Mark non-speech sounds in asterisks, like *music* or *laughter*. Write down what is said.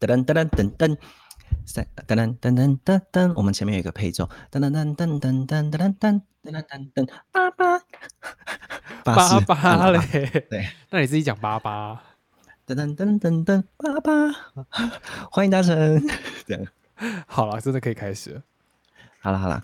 噔噔噔噔噔，三噔噔噔噔噔噔，我们前面有一个配奏，噔噔噔噔噔噔噔噔噔噔噔噔，八八八八啊八嘞，，对， *laughs* 那你自己讲八八，噔噔噔噔噔，八八，欢迎达成，这样，好了，真的可以开始了。好了好了，